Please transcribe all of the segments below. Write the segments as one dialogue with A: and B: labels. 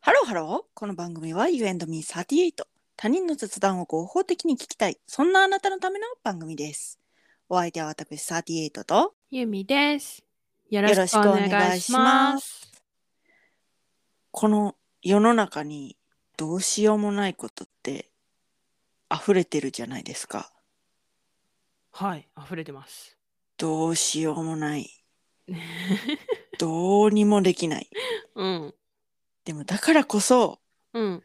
A: ハローこの番組は You and me38 他人の雑談を合法的に聞きたいそんなあなたのための番組ですお相手は私38と
B: ゆみです。よ
A: ろ
B: ろ
A: し
B: し
A: く
B: く
A: お
B: お
A: 願
B: 願
A: い
B: い
A: し
B: し
A: ま
B: ます。
A: この世の中にどうしようもないことって溢れてるじゃないですか
B: はい、溢れてます。
A: どうしようも ないどうにもできない
B: うん、
A: でもだからこそ
B: うん。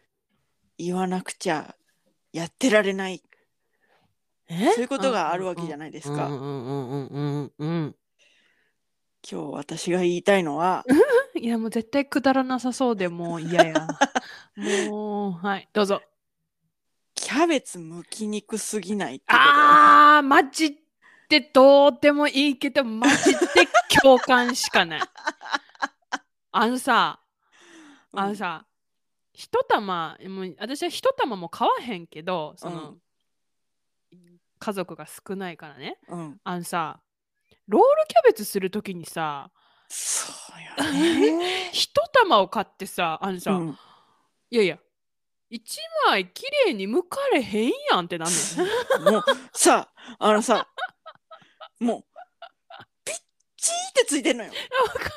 A: 言わなくちゃやってられない
B: え
A: そういうことがあるわけじゃ
B: ない
A: ないで
B: です
A: か、
B: うんうんうんうんうん
A: 今日私が言いたいのは
B: うん。いや、もう絶対くだらなさそうでもう嫌 や。もう、はい、どうぞ。
A: キャベツ剥きにくすぎないってこと
B: あー、マジってどうでもいいけど、マジで共感しかない。あのさ、
A: うん
B: あのさ、一玉もう私は一玉も買わへんけどその、家族が少ないからね
A: うん
B: あのさロールキャベツする時にさ
A: そうよね
B: 一玉を買ってさあのさ、
A: うん
B: いやいや一枚綺麗に剥かれへんやんってなんね ん
A: もうさあのさもうピッチーってついてんのよ
B: わかる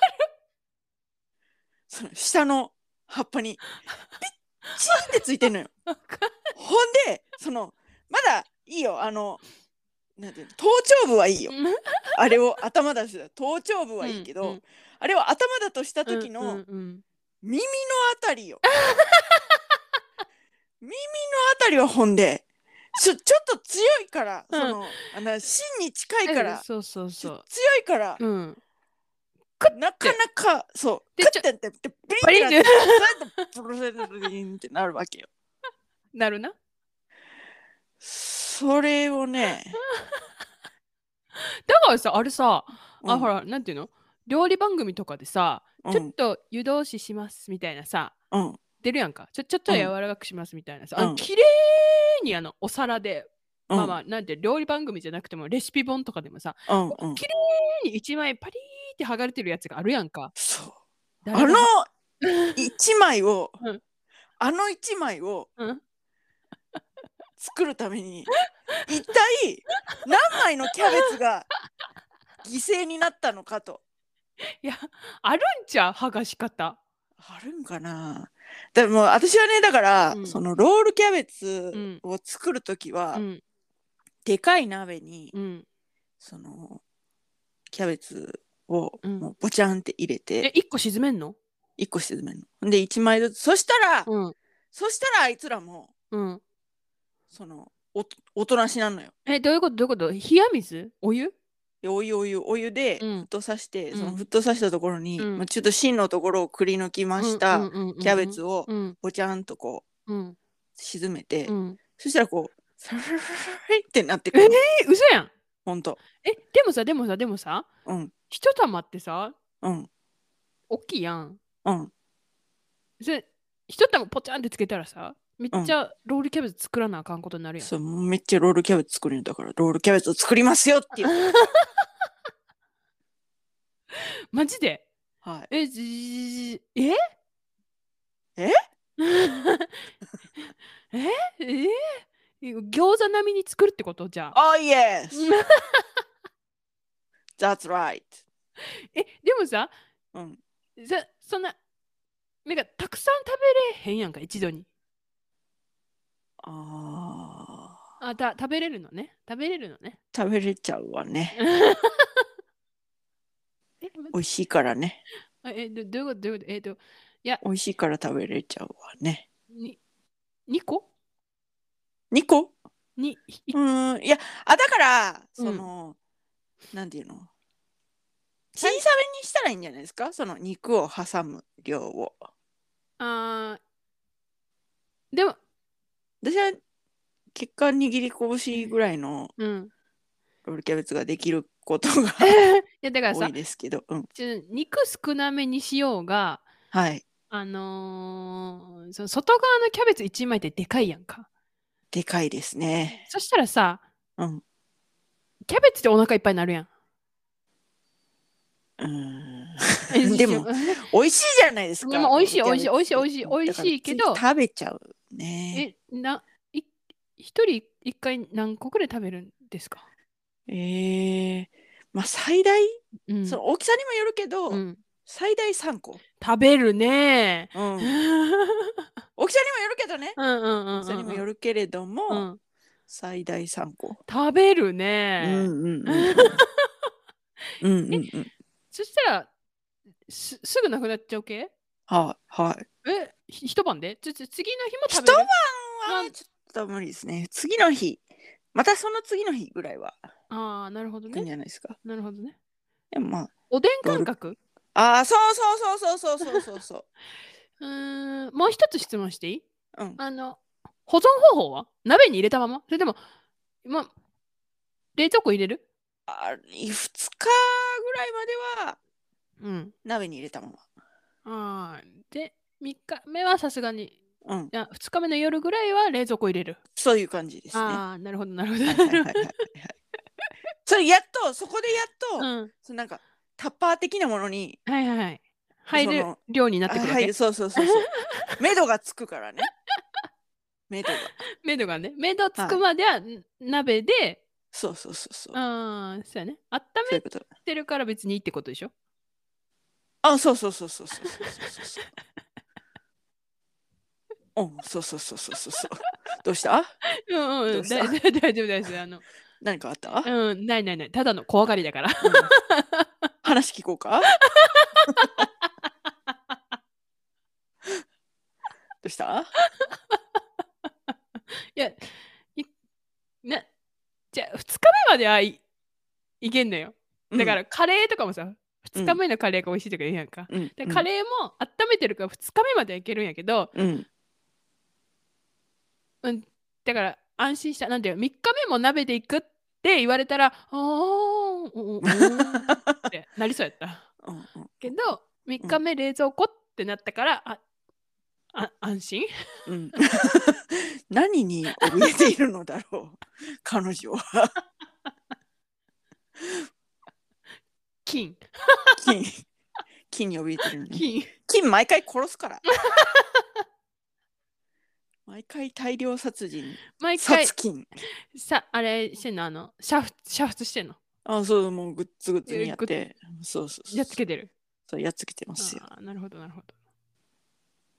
A: その下の葉っぱにピッチーってついてんのよ
B: わかる
A: ほんでそのまだいいよあのなんていうの頭頂部はいいよあれを頭だし頭頂部はいいけど、
B: うんうん
A: あれを頭だとした時の、
B: うんうん
A: 耳のあたりよ 耳のあたりはほんでちょちょっと強いからその、あの芯に近
B: うん
A: いか
B: うん
A: ら
B: そうそう
A: ち
B: そ
A: ょ
B: う
A: 強いから、
B: うん
A: なかなかそう
B: で
A: クッてってってブリンってなってそうやってブルルルリンってなるわけよ
B: なるな
A: それをね、
B: だからさあれさ、
A: う
B: あ
A: ん
B: ほらなんていうの料理番組とかでさ、
A: うん、
B: ちょっと湯通ししますみたいなさ
A: うん
B: 出るやんかちょちょっと
A: うん
B: 柔らかくしますみたいなさ、
A: うん
B: あ綺麗にあのお皿で、
A: うん
B: まあまあなんて料理番組じゃなくてもレシピ本とかでもさ
A: うんうん
B: 綺麗に一枚パリーって剥がれてるやつがあるやんか
A: そう
B: 誰
A: あ
B: が
A: の 一枚を、
B: うん
A: あの一枚を、
B: うん
A: 作るために一体何枚のキャベツが犠牲になったのかと
B: いやあるんちゃう剥がし方
A: あるんかなでも私はねだから、
B: うん
A: そのロールキャベ
B: う
A: ツ
B: ん
A: を作る時は、
B: うん
A: でかい鍋に、
B: うん
A: そのキャベツを
B: うん
A: もうボチャンって入れ
B: え
A: て
B: 一個沈めんの
A: 1個沈めるの。ほんで1枚ずつそしたら、
B: うん
A: そしたらあいつらも
B: うん
A: そのおおとなしなのよ。
B: えどういうことどういうこと冷や水お湯
A: でお湯お湯お湯で
B: うん
A: 沸騰させて、
B: うん
A: その沸騰させたところに、
B: うん
A: まあ、ちょっと芯のところをくり抜きました、
B: うんうんうんうん
A: キャベツを
B: うん
A: ぼちゃんとこう
B: うん
A: 沈めて、
B: うん
A: そしたらこうフルフルフルフルってなってく
B: え
A: る
B: ー、嘘やん
A: ほんと
B: えでもさでもさでもさ
A: うん
B: 一玉ってさ
A: うん
B: 大きいやん
A: うん
B: それ一玉ポチャンってつけたらさめっちゃロールキャベツ作らなあかんことになるやん、
A: そうめっちゃロールキャベツ作るんだからロールキャベツを作りますよっていう
B: マジで
A: はい
B: えじえ
A: え
B: え え餃子並みに作るってことじゃあ
A: Oh yes that's right
B: えでもさ
A: うん
B: さそんななんかたくさん食べれへんやんか一度に
A: あー
B: あた食べれるのね食べれるのね
A: 食べれちゃうわね
B: えま
A: 美味しいからね
B: あえどどういうことどういうことえっ、と
A: 美味しいから食べれちゃうわね
B: に2個
A: 2個
B: にいう
A: ーんいやあだからそ
B: うん
A: の、なんていうの小さめにしたらいいんじゃないですかその肉を挟む量を
B: あーでも
A: 私は結果握り拳ぐらいの
B: うん。
A: ロールキャベツができること が
B: いやだから
A: 多
B: さ
A: い、ですけど、うん、
B: ちょ肉少なめにしようが、
A: はい
B: あのーその外側のキャベツ1枚ってでかいやんか。
A: でかいですね
B: そしたらさ、
A: うん
B: キャベツでお腹いっぱいになるやん。
A: うーん でも美味しいじゃないですか。
B: でも美味しい美味しい美味しい美味しい
A: だから
B: 美味しいけど
A: つ食べちゃうね。
B: えない一人一回何個くらい食べるんですか、
A: ええまあ最大、
B: うん
A: その大きさにもよるけど、
B: うん
A: 最大三個、
B: 食べるね
A: うん
B: う
A: 大きさにもよるけどね。
B: ん うんうんうん
A: 大きさにもよるけれども、
B: うん
A: 最大三個。
B: 食べる
A: うん
B: ね、
A: う んうん。うんうんうん。
B: そしたらすすぐなくなっちゃう系
A: はいはい。
B: えひ一晩でつつ次の日も食
A: 一
B: べる
A: 晩はちょっと無理ですね。次の日、またその次の日ぐらいは
B: ああなるほど
A: いくんじ
B: ね
A: ゃないですか。
B: なるほどね
A: でもまあ、
B: おでん感覚
A: ああ、そうそうそうそうそうそうそうそう。
B: うーんもう一つ質問していい
A: うん、
B: あの保存方法は鍋に入れたままそれでもま冷蔵庫入れる
A: あ2日ぐらいまでは
B: うん
A: 鍋に入れたま
B: あーで3日目はさすがに
A: ま。うん、
B: いや2日目の夜ぐらいは冷蔵庫入れる、
A: そういう感じですね。は
B: ああなるほどなるほ
A: い
B: ど、
A: はいはいはいは いそれやっとそこでやっと、
B: うん
A: そのなんかタッパー的なものに
B: はいはいはい入る
A: その
B: 量にな
A: あ
B: ってくるわ
A: 入
B: け
A: るそうそうそうそう。目処がつくからね。目処が。
B: 目処がね目処つくまではん鍋で、
A: そうそうそうそう。
B: ああそうやね温
A: そうい
B: め
A: うこと。
B: てるから別にいいってことでしょ
A: あ、そうそうそうそうそうそうそうそうそう。うん、そうそうそうそうそうそう。どうした？
B: うんう
A: ど
B: んうん
A: うし
B: だ
A: た
B: い 大丈夫ですあの
A: 何かあった？
B: うんないないないただの怖がりだから
A: うん話聞こう か。どうした？
B: いやいなじゃあ2日目まではい、いけんのよだからカレーとかもさ2日目のカレーが美味しいとか言うやんか、
A: うん、うん、
B: で
A: うん
B: カレーも温めてるから2日目まではいけるんやけど
A: うん、
B: だから安心したなんていう3日目も鍋で行くって言われたら「おーおーおーってなりそうやった
A: うん、うん
B: けど3日目冷蔵庫ってなったからああ安心
A: うん。 何に怯えているのだろう、 彼女は。
B: 金
A: 金、金に怯えてるのね。
B: 金
A: 金毎回殺すから。 毎回大量殺人。
B: 毎回
A: 殺菌。
B: さあれしてんのあの煮沸煮沸してんの
A: あ、そう、もうグッズグッズにやっ
B: え
A: て。そうそうそう。
B: やっつけてる
A: そう、やっつけてますよ。
B: あーなるほどなるほど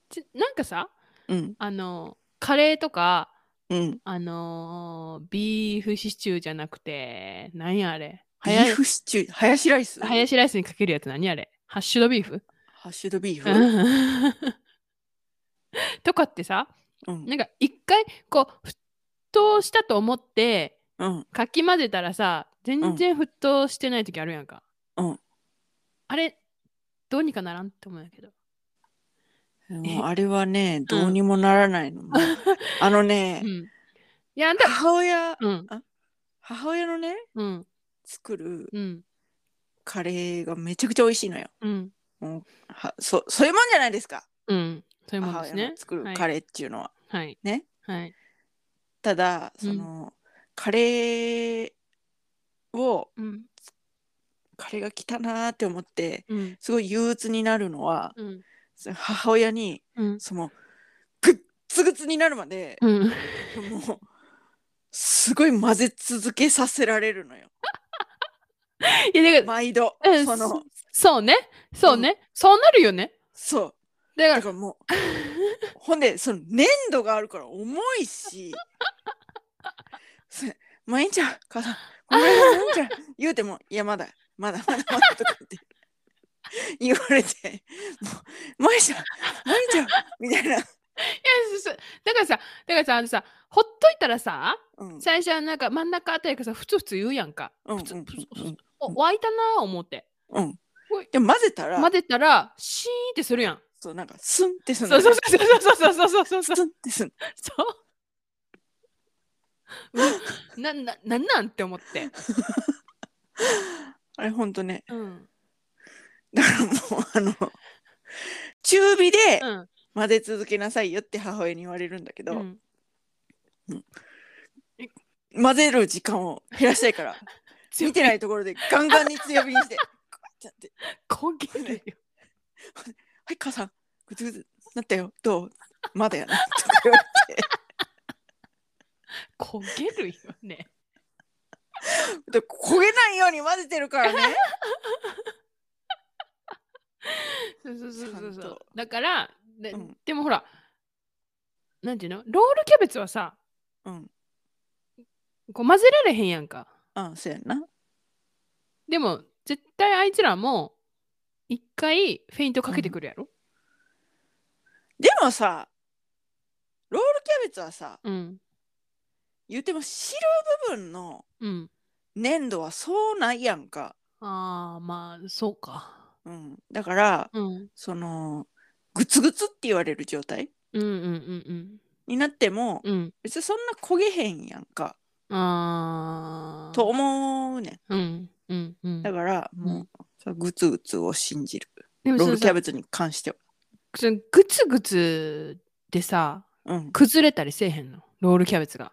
B: ちなんかさ
A: うん、
B: あのカレーとか
A: うん。
B: あのービーフシチューじゃなくて、何やあれ
A: ビーフシチュー、ハヤシライス。
B: ハヤシライスにかけるやつ何あれハッシュドビーフ
A: ハッシュドビーフ。
B: とかってさ、
A: うん、
B: なんか一回こう、沸騰したと思って、
A: うん、
B: かき混ぜたらさ、全然沸騰してない時あるやんか。
A: うん
B: あれ、どうにかならんって思うんやけど。
A: でもあれはね、どうにもならないの。もうあのね
B: う、ん。いや、あんた、
A: 母親、
B: うん、
A: 母親のね、
B: うん、
A: 作る
B: うん、
A: カレーがめちゃくちゃ美味しいのよ。
B: うん、
A: は、そ、そういうもんじゃないですか。
B: うん。そういうもん
A: 母
B: です
A: 親
B: ね
A: の。作る
B: はい
A: カレーっていうのは。
B: はい。
A: ね。
B: はい。
A: ただ、
B: うん
A: その、カレーを、
B: うん、
A: カレーが来たなーって思って、
B: うん。
A: すごい憂鬱になるのは
B: うん。
A: その母親に
B: うん。
A: そのグッツグツになるまで
B: うん。
A: もうすごい混ぜ続けさせられるのよ
B: いや、だか
A: 毎度
B: ら、うん
A: その
B: そうね。そうね、そうなるよね。
A: そう
B: だか
A: だ
B: ら、
A: からもうほんでその粘土があるから重いしそれまあいいんちゃう母さんこれぐらいでもいいんちゃう言うても「いやまだまだまだまだ」とかって言われて「もうまいちゃんまいちゃん」みたいな。
B: いや、そうそうだからさ、だからさ、あのさ、ほっといたらさ、
A: うん
B: 最初はなんか真ん中あたりからさ、ふつふつ言うやんか。
A: うん
B: ふつ
A: うん
B: ふつふつ
A: うん
B: お、湧いたなぁ思って。
A: うん
B: ほい。
A: でも混ぜたら、
B: 混ぜたら、シーンってするやん。
A: そうなんかスンってす
B: そ
A: るの
B: うそうそうそうそうそうそうそうそう。
A: スンってする
B: そう。な、な、なんなんって思って。
A: あれほんとね。
B: うん。
A: だからもうあの、中火で
B: うん。
A: 混ぜ続けなさいよって母親に言われるんだけ
B: う
A: ど、
B: ん。
A: 混ぜる時間を減らしたいから、見てないところでガンガンに強火にして、ちゃって
B: 焦げるよ。
A: はい、母さん、ぐつぐつなったよ、どうまだやな。 とか言われて
B: 焦げるよね。
A: で焦げないように混ぜてるからね。
B: そうそうそうそ
A: ち
B: うそ
A: ゃん
B: う
A: と。
B: だから、で,、
A: うん
B: でもほら、なんていうのロールキャベツはさ、
A: うん、
B: こう混ぜられへんやんか。
A: あ、そうやんな。
B: でも、絶対あいつらも、一回フェイントかけてくるやろ。
A: でもさ、ロールキャベツはさ、
B: うん。
A: 言っても白い部分の
B: うん。
A: 粘土はそうないやんか。
B: ああ、まあ、そうか。
A: うん、だから、
B: うん。
A: その、ぐつぐつって言われる状態
B: うんうんうん
A: になっても、
B: うん。
A: 別にそんな焦げへんやんか。
B: うん。ああ。
A: と。思うねん。
B: うんうんうん。
A: だから、もう、そのグツグツを信じる。
B: でも
A: ロール
B: その
A: キャ
B: さ、
A: ベツに関しては。
B: そのグツグツでさ、
A: うん。
B: 崩れたりせえへんの。ロールキャベツが。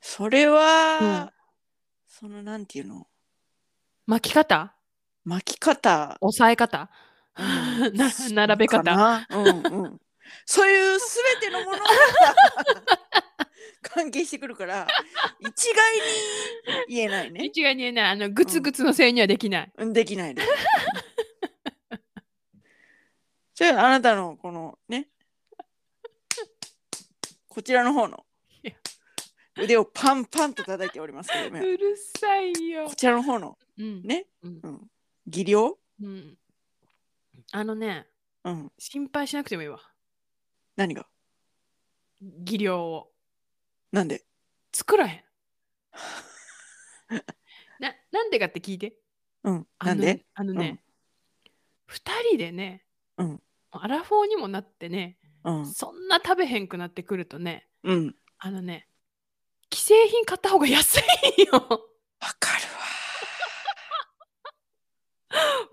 A: それは、
B: うん
A: その、なんていうの
B: 巻き方
A: 巻き方。
B: 押さえ方
A: うん
B: な並べ
A: か
B: 方
A: なうんうん。そういうすべてのも のが関係してくるから、一概に言えないね。
B: 一概に言えない。あの、グツグツのせいにはできない。
A: うんできないね。じゃあ、あなたのこのね、こちらの方の
B: いや
A: 腕をパンパンと叩いておりますけど
B: う
A: ね、
B: るさいよ
A: こ。ちらの方の
B: うん。
A: ね、
B: うん
A: うん、技量、
B: うん。あのね、
A: うん、
B: 心配しなくてもいいわ。
A: 何が
B: 技量を。
A: なんで
B: 作らへん。 な、なんでかって聞いて。
A: うん、
B: あ
A: な
B: の
A: んで
B: あのね、二、人でね、
A: うん
B: アラフォーにもなってね、
A: うん、
B: そんな食べへんくなってくるとね、
A: うん、わ
B: あのね、既製品買った方が安いよ。
A: かる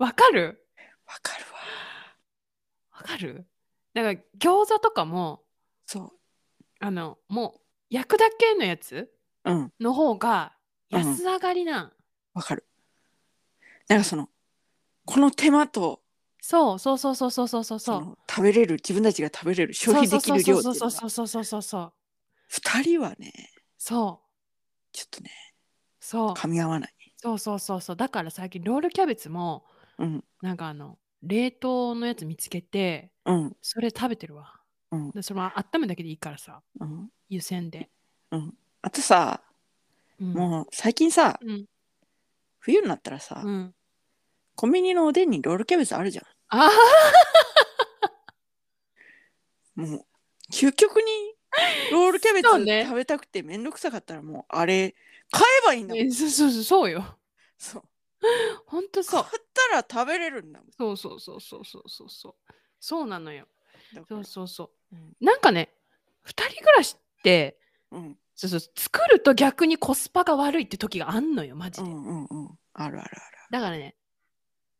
A: わ、
B: わかる
A: わかるわ。
B: わかるなんか餃子とかも、
A: そ
B: あの、もう焼くだけのやつ
A: う、うん、
B: の方が
A: うん
B: 安上がりなん。
A: わかる。なんかその、この手間と、
B: そうそうそうそうそうそうそうそ。
A: そうの食べれる、自分たちが食べれる、消費できる量って
B: そ
A: いううの
B: そう
A: が
B: そうそうそうそうそうそう。
A: 二人はね、
B: そう
A: ちょっとね、
B: そう
A: 噛み合わない。
B: そうそうそうそうだから最近ロールキャベツも
A: うん、
B: なんかあの冷凍のやつ見つけて
A: うん、
B: それ食べてるわ、
A: うん
B: でそれも温めだけでいいからさ
A: うん。
B: 湯煎で、
A: あとさ、
B: うん、
A: もう最近さ、
B: うん、
A: 冬になったらさ、
B: うん、
A: コンビニのおでんにロールキャベツあるじゃ
B: あ
A: ん。もう、究極にロールキャベツ
B: そうね
A: 食べたくてめんどくさかったらもう、あれ、買えばいいんだもん。
B: ーそう そうそうそうよ
A: そう。
B: ほんと
A: 買
B: そう
A: ったら食べれるんだもん。
B: そうそうそうそうそうそうそうそうなのよ
A: だか
B: そ
A: ら
B: うそうそううなんかね二人暮らしって
A: うん、
B: そうそう作ると逆にコスパが悪いって時があんのよマジ
A: う
B: で、
A: ん、うん、うん。あるある
B: だからね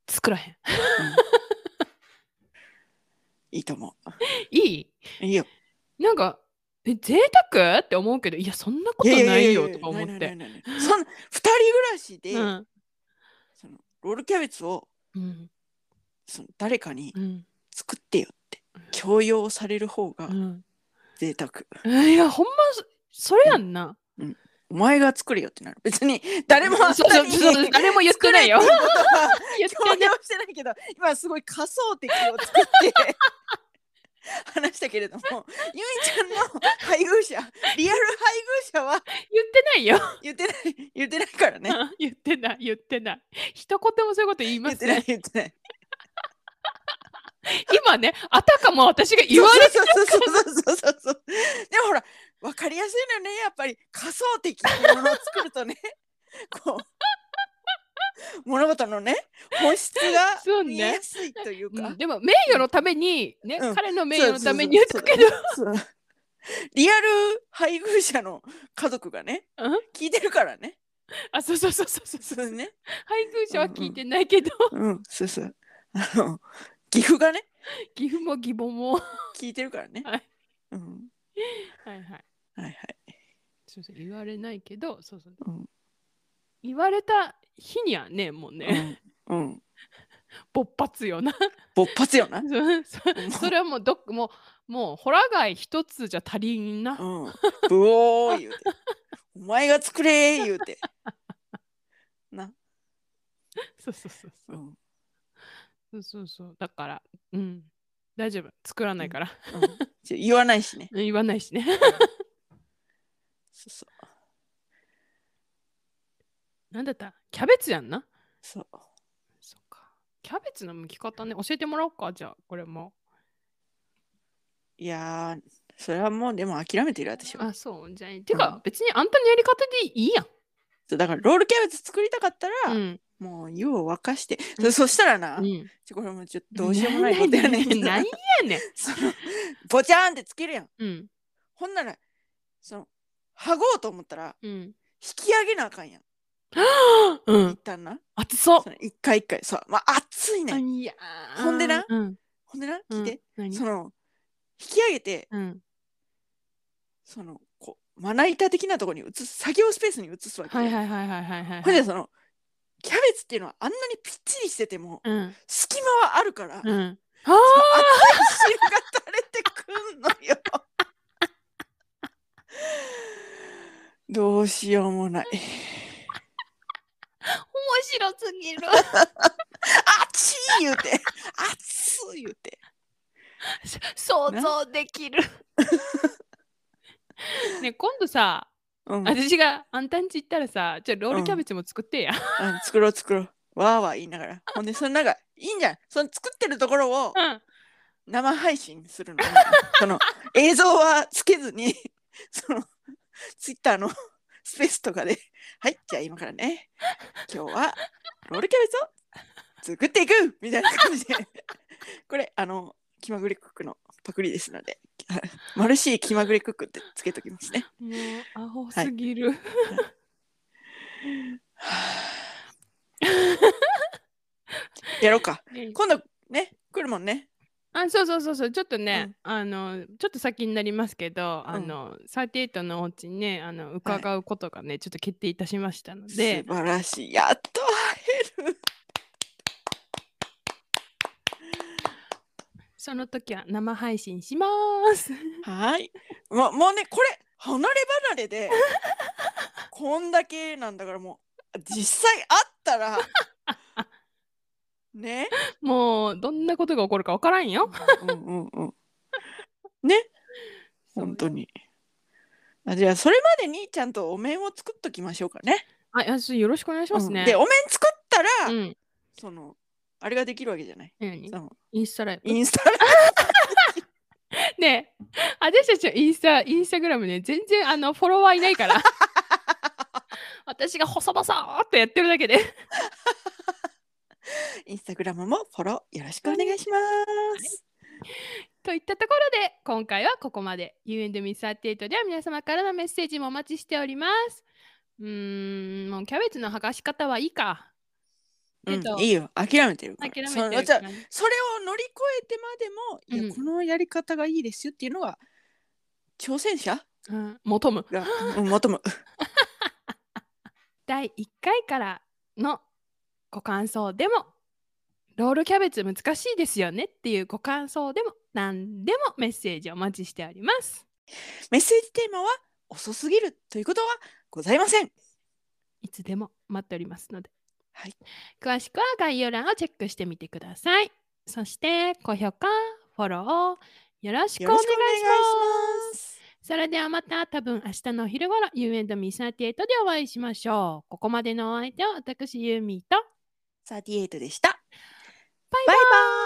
B: 作らへん
A: ある。うんいいと思。
B: いいう
A: いいよ。
B: なんか、え、贅沢って思うけど、いや、そんな ことないよとか思っ
A: ない
B: て。
A: ないないないそんな、二人暮らしで、
B: うん。
A: そのロールキャベツを
B: うん。
A: その誰かに
B: うん
A: 作ってよって強要される方が
B: うん。
A: 贅沢、
B: いや、ほんま、そそれやんな。
A: お前が作れよってなる別に誰もあん
B: そう
A: た
B: そう
A: に
B: そうそう誰も言ってないよ
A: 作れっていうことは
B: 言って
A: 強
B: ね
A: 要してないけど今すごい仮想的を作って 話したけれどもゆいちゃんの配偶者リアル配偶者は
B: 言ってないよ。
A: 言ってない言ってないからね
B: 言ってない、言ってない。一言もそういうこと言いま
A: 言っ
B: す
A: てない
B: ね。
A: 言ってない
B: 今ね、あたかも私が言われ
A: そうそうそうそうそうそうそうでもほら分かりやすいのよねやっぱり仮想的っていうものを作ると ねこう物事のね本質
B: そう
A: が
B: ね
A: 見えやすいというか
B: うんでも、名誉のために、ね、
A: うん
B: 彼の名
A: そう
B: 誉のために言ったけど、
A: そうそうそうリアル配偶者の家族がね
B: うん
A: 聞いてるからね
B: あ、そうそうそうそうそうそ。
A: そううね
B: 配偶者は聞いてないけど、
A: うんそうそうあの岐阜がね
B: 岐阜も疑問も。は
A: 聞いてるからね、
B: はい
A: うん、
B: いはい。
A: はいはい
B: そうそう、言われないけど、そうそう。
A: うん
B: 言われた日にはね、もうね。
A: うんうん。
B: 勃発よ な
A: 勃発よな。
B: そうそそれはもうどっもうもうホラ貝一つじゃ足りんな
A: うん。ブオー言うて。お前が作れー言うて。
B: そうそうそう
A: う。
B: そうんそうそうそうだからうん大丈夫作らないから、
A: ちょ言わないしね。
B: 言わないしね
A: そうそう。
B: なんだったキャベツやんな
A: そう。
B: そっかキャベツの剥き方ね教えてもらおうかじゃあこれも
A: いやー、それはもうでも諦めてる私は。
B: あそうじゃあてか、
A: うん
B: 別にあんたのやり方でいいやん
A: そうだからロールキャベツ作りたかったら、
B: うん
A: もう湯を沸かして、そそしたらな、
B: うん
A: ちょこれもうちょっとどうしようもないことやねんけど
B: なんやねん
A: そのボチャーンってつけるやん
B: うん
A: ほんならそのはごうと思ったら
B: うん
A: 引き上げなあかんやん
B: うん
A: 一旦な
B: 熱そう
A: その一回一回そうまあ熱いねん
B: いやー
A: ほんでな
B: うん
A: ほんでな
B: う
A: 聞い
B: ん
A: て、
B: 何
A: その引き上げて
B: うん
A: そのこうまな板的なところに移す作業スペースに移すわけ
B: は
A: よ、
B: いはいはいはいはいはい
A: ほんでそのキャベツっていうのはあんなにぴっちりしてても
B: うん
A: 隙間はあるから、
B: う
A: その
B: ん
A: 熱い汁が垂れてくんのよ どうしようもない
B: 白すぎる
A: 熱い言うて熱い言うて
B: 想像できる ね今度さ
A: うん、うん、
B: 私があんたんち行ったらさじゃあロールキャベツも作ってや、
A: 作ろう作ろうわーわー言いながらほんでそのなんかいいんじゃんその作ってるところを
B: うん、
A: 生配信するのその映像はつけずに そのツイッターの スペースとかではいじゃあ今からね今日はロールキャベツを作っていくみたいな感じで これあの気まぐれクックのパクリですので マルシー気まぐれクックってつけときますね
B: もうアホすぎる、
A: やろうか
B: ね
A: 今度ね来るもんね
B: あそうそうそうそうちょっとね、あのちょっと先になりますけど、あの38のお家にねあの伺うことがね、ちょっと決定いたしましたの
A: 素
B: で
A: 晴らしいやっと会える
B: その時は生配信します
A: はいもうもうねこれ離れ離れ でこんだけなんだからもう実際会った らね
B: もうどんなことが起こるかわからんよ
A: うんうんうんね本当にあじゃあそれまでにちゃんとお面を作っときましょうかね。
B: ああそうよろしくお願いしますね、
A: うんでお面作ったら、
B: うん
A: そのあれができるわけじゃない。
B: 何
A: その
B: インスタライブ
A: インスタ
B: ねえ私たちはインスタインスタグラムね全然あのフォロワーいないから 私が細々ーっとやってるだけで
A: インスタグラムもフォローよろしくお願いします。
B: といったところで今回はここまで U&Me38 では皆様からのメッセージもお待ちしておりますうーんもうキャベツの剥がし方はいいか
A: うん
B: えっと
A: いいよ諦めてるから。
B: 諦め
A: そ
B: て
A: の
B: る
A: じゃ
B: か
A: あそれを乗り越えてまでも、いや
B: うん
A: このやり方がいいですよっていうのは挑戦者
B: うん、求む
A: がうん求む。
B: 第1回からのご感想でもロールキャベツ難しいですよねっていうご感想でも何でもメッセージお待ちしております
A: メッセージテーマは遅すぎるということはございません。
B: いつでも待っておりますので、
A: はい
B: 詳しくは概要欄をチェックしてみてくださいそして高評価フォローよろしくお
A: よろ
B: 願い
A: し
B: し
A: くお願いし
B: ます
A: ます。
B: それではまた多分明日のお昼ごろ U&Me38 でお会いしましょうここまでのお相手は私ユーミーと
A: 38でした。
B: バイバ
A: バ
B: イ
A: イバイ。